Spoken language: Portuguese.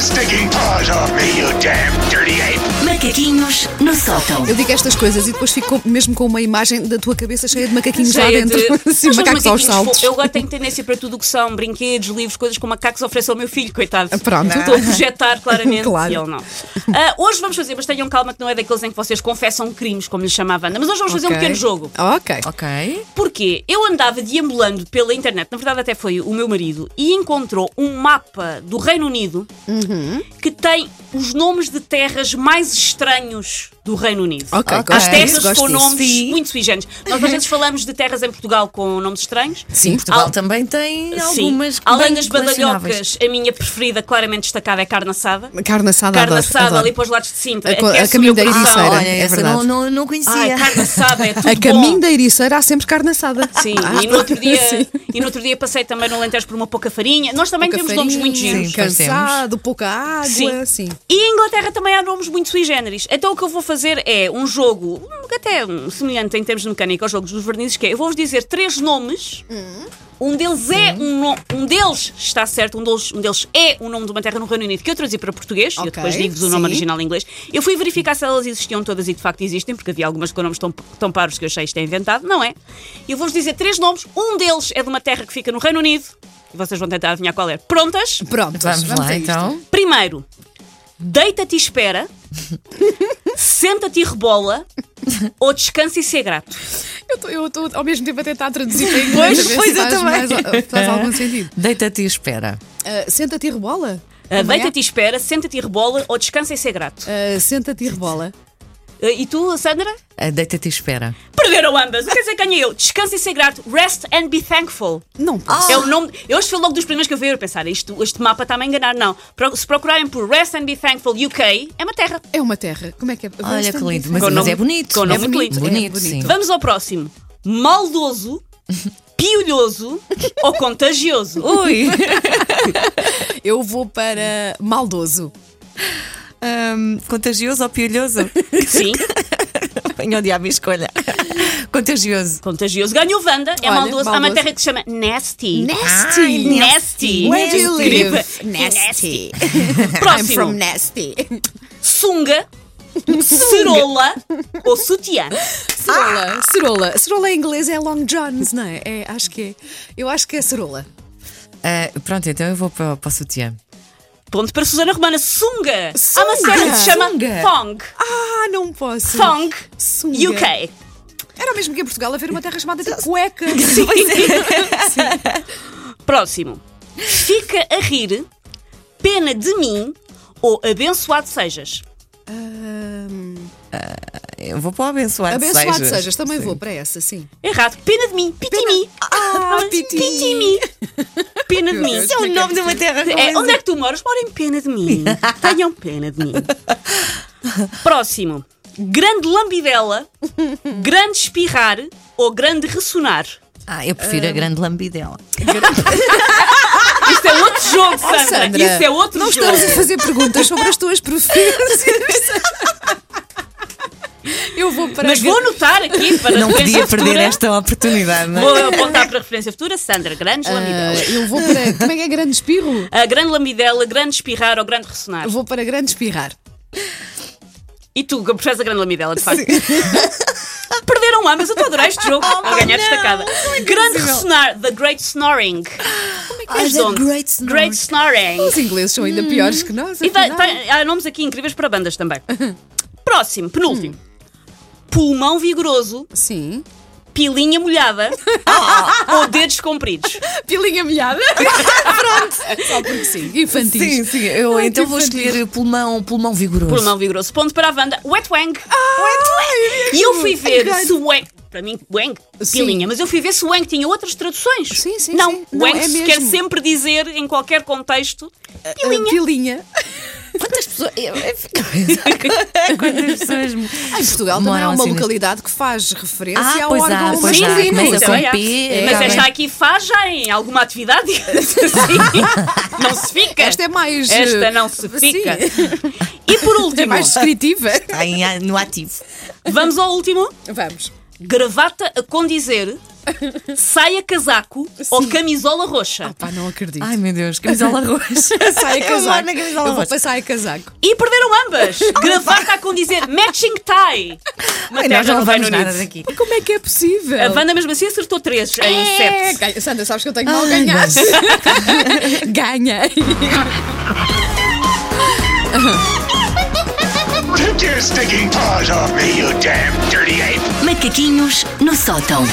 sticking paws off me, you damn dirty ape! Macaquinhos no sótão. Eu digo estas coisas e depois fico com- mesmo com uma imagem da tua cabeça cheia de macaquinhos lá Cheia dentro. é de- Mas Sim, são os macacos aos macaquinhos saltos. fo- Eu agora tenho tendência para tudo o que são brinquedos, livros, coisas com macacos ofereço ao meu filho, coitado. Pronto. Estou a projetar claramente Claro. e ele não. Ah, hoje vamos fazer, mas tenham calma que não é daqueles em que vocês confessam crimes, como lhe chamava a Ana. Mas hoje vamos fazer Ok. um pequeno jogo. Ok. Ok. Porquê? Eu andava deambulando pela internet, na verdade até foi o meu marido, e encontrou um mapa do Reino Unido Uhum. que tem os nomes de terras mais estranhos do Reino Unido. Ok, Ok. As gosto terras disso, gosto com disso. nomes Sim. muito sui generis. Nós às vezes falamos de terras em Portugal com nomes estranhos. Sim, Portugal Al- também tem algumas. Sim. Além bem das colecionáveis. badalhocas, a minha preferida, claramente destacada, é carne assada. Carne assada, Carne adoro, assada adoro. ali para os lados de Sintra. A co- a Aquece o caminho Ah, meu da coração. Ericeira. Olha, É essa verdade. não, não, não Ai, conhecia. carne assada é tudo A caminho bom. da Ericeira há sempre carne assada. Sim, Ah, e, no outro dia, sim. e no outro dia passei também no Alentejo por uma pouca farinha. Nós também Pouca temos nomes muito farinha, giros. Sim, pois temos. Cansado, pouca água, sim. E em Inglaterra também há nomes muito sui generis. Então o que eu vou fazer é um jogo, hum, até hum, semelhante em termos de mecânica aos jogos dos vernizes, que é eu vou-vos dizer três nomes. Hum. Um deles é um nome, um deles está certo, um deles, um deles é o nome de uma terra no Reino Unido que eu traduzi para português, e eu Ok, depois digo-vos o nome sim. original em inglês. Eu fui verificar se elas existiam todas e de facto existem, porque havia algumas com nomes tão, tão paros que eu achei isto é inventado, não é? Eu vou-vos dizer três nomes, um deles é de uma terra que fica no Reino Unido, e vocês vão tentar adivinhar qual é. Prontas? Pronto, Vamos, lá a isto. então. Primeiro, deita-te e espera, senta-te e rebola, ou descansa e ser grato. Eu tô- Eu estou ao mesmo tempo a tentar traduzir para inglês. a ver se pois, eu faz também. mais- Faz algum sentido. Deita-te e espera. Ah, Senta-te e rebola. Ah, Também deita-te e espera, senta-te e rebola, ou descansa e ser grato. há. Ah, Senta-te e rebola. Ah, e tu, Sandra? Ah, Deita-te e espera. Perderam ambas. O que é que ganhei eu? Descansa e ser grato. Rest and be thankful. Não posso. É o nome. Eu acho que foi logo dos primeiros que eu vi. Eu pensar, isto, este mapa está-me a enganar. Não. Pro- Se procurarem por Rest and be thankful UK, é uma terra. É uma terra. Como é que é? Olha que lindo. Mas, Com mas nome- é bonito. com não é nome muito bonito. lindo. Bonito, É sim. bonito. Vamos ao próximo. Maldoso, piolhoso ou contagioso? Ui! Eu vou para Maldoso. Ahm, Hum, contagioso ou piolhoso? Sim. Venho odiar a minha escolha. Contagioso. Contagioso. Ganhou Wanda. É Olha, maldoso. Há uma maldoso. terra que se chama Nasty. Ai, Nasty. Nasty. Where do you Escreva Ah! live? Ah, Nasty. I'm from Próximo. Nasty. Sunga, cerola ou sutiã. Cerola. Cerola. Cerola em inglês é Long Johns, não é? É, Acho que é. Eu acho que é cerola. Ah, pronto, então eu vou para, para o sutiã. Ponto para Susana Romana. Sunga. Há uma Sunga. terra que se chama Sunga. Thong. Ah, não posso. Thong. Sunga. UK. Era o mesmo que em Portugal haver uma terra chamada tipo cueca. é. Próximo. Fica a rir, pena de mim ou abençoado sejas. Ahm, Eu vou para o abençoado. Ah, abençoado sejas, sejas. também Sim. vou para essa, sim. Errado. Pena de mim. Pitimi. Ah, piti. Pitimi. Pena de mim. Deus, Isso é o nome de uma terra. como É, onde é que tu moras? Moro em pena de mim. Tenham pena de mim. Próximo. Grande lambidela, grande espirrar ou grande ressonar. Ah, eu prefiro a grande lambidela. Isto é outro jogo, Sandra. Sandra, Isso é outro não jogo. estamos a fazer perguntas sobre as tuas preferências. Eu vou para. Mas vou anotar aqui para Não referência podia futura. perder esta oportunidade, não é? Vou apontar para referência futura. Sandra, grande Ah, lambidela. eu vou para. Como é que é grande espirro? A grande lambidela, grande espirrar ou grande ressonar. Eu vou para grande espirrar. E tu, que preferes a grande lamidela, de facto. Perderam ambas, eu estou a adorar este jogo. a ganhar destacada. Grande ressonar, The Great Snoring. é Como é que Ah, The Great Snoring. Great Snoring. Os ingleses são ainda piores que nós. E tem- afinal. tem- há nomes aqui incríveis para bandas também. Próximo, penúltimo. Pulmão vigoroso, Sim. pilinha molhada ou dedos compridos. Pilinha molhada. Pronto. Só porque sim. Infantis. Sim, sim. Eu Ai, então que vou infantil. escolher pulmão, pulmão vigoroso. Pulmão vigoroso. Ponto para a banda, Wet Wang. Ai, E eu fui ver Ai, se o Wang. Para mim, Wang, Sim. pilinha, mas eu fui ver se o Wang tinha outras traduções. Sim, sim, Não, sim. Não, Wang é se mesmo. quer sempre dizer, em qualquer contexto, Pilinha. Ah, Pilinha. Quantas pessoas. eu- eu fico a pensar, Quantas pessoas. Ah, Em Portugal também há moram uma assim neste- localidade que faz referência Ah, ao pois há, órgão pois há, masculino. começa sim, com sim. P, é, Mas tá esta bem. aqui faz já em alguma atividade. Sim. Não se fica. Esta é mais. Esta eh, não se sim. fica. E por É último, mais descritiva. Está em- no ativo. vamos ao último. Vamos. gravata a condizer, saia casaco ou camisola roxa. Pá, não acredito. Ai meu Deus, camisola roxa. saia Eu moro casaco. na camisola Eu vou roxa. para saia casaco. E perderam ambas! Gravata a condizer, matching Ai, tie! Materna nós não no vamos Reino nada Unido. daqui. Como é que é possível? A Wanda mesmo assim acertou 3 em 7. É, ganha- Sandra, sabes que eu tenho mal ganhar. Ganhei. Take your stinking paws off me, you damn dirty ape! Macaquinhos no sótão.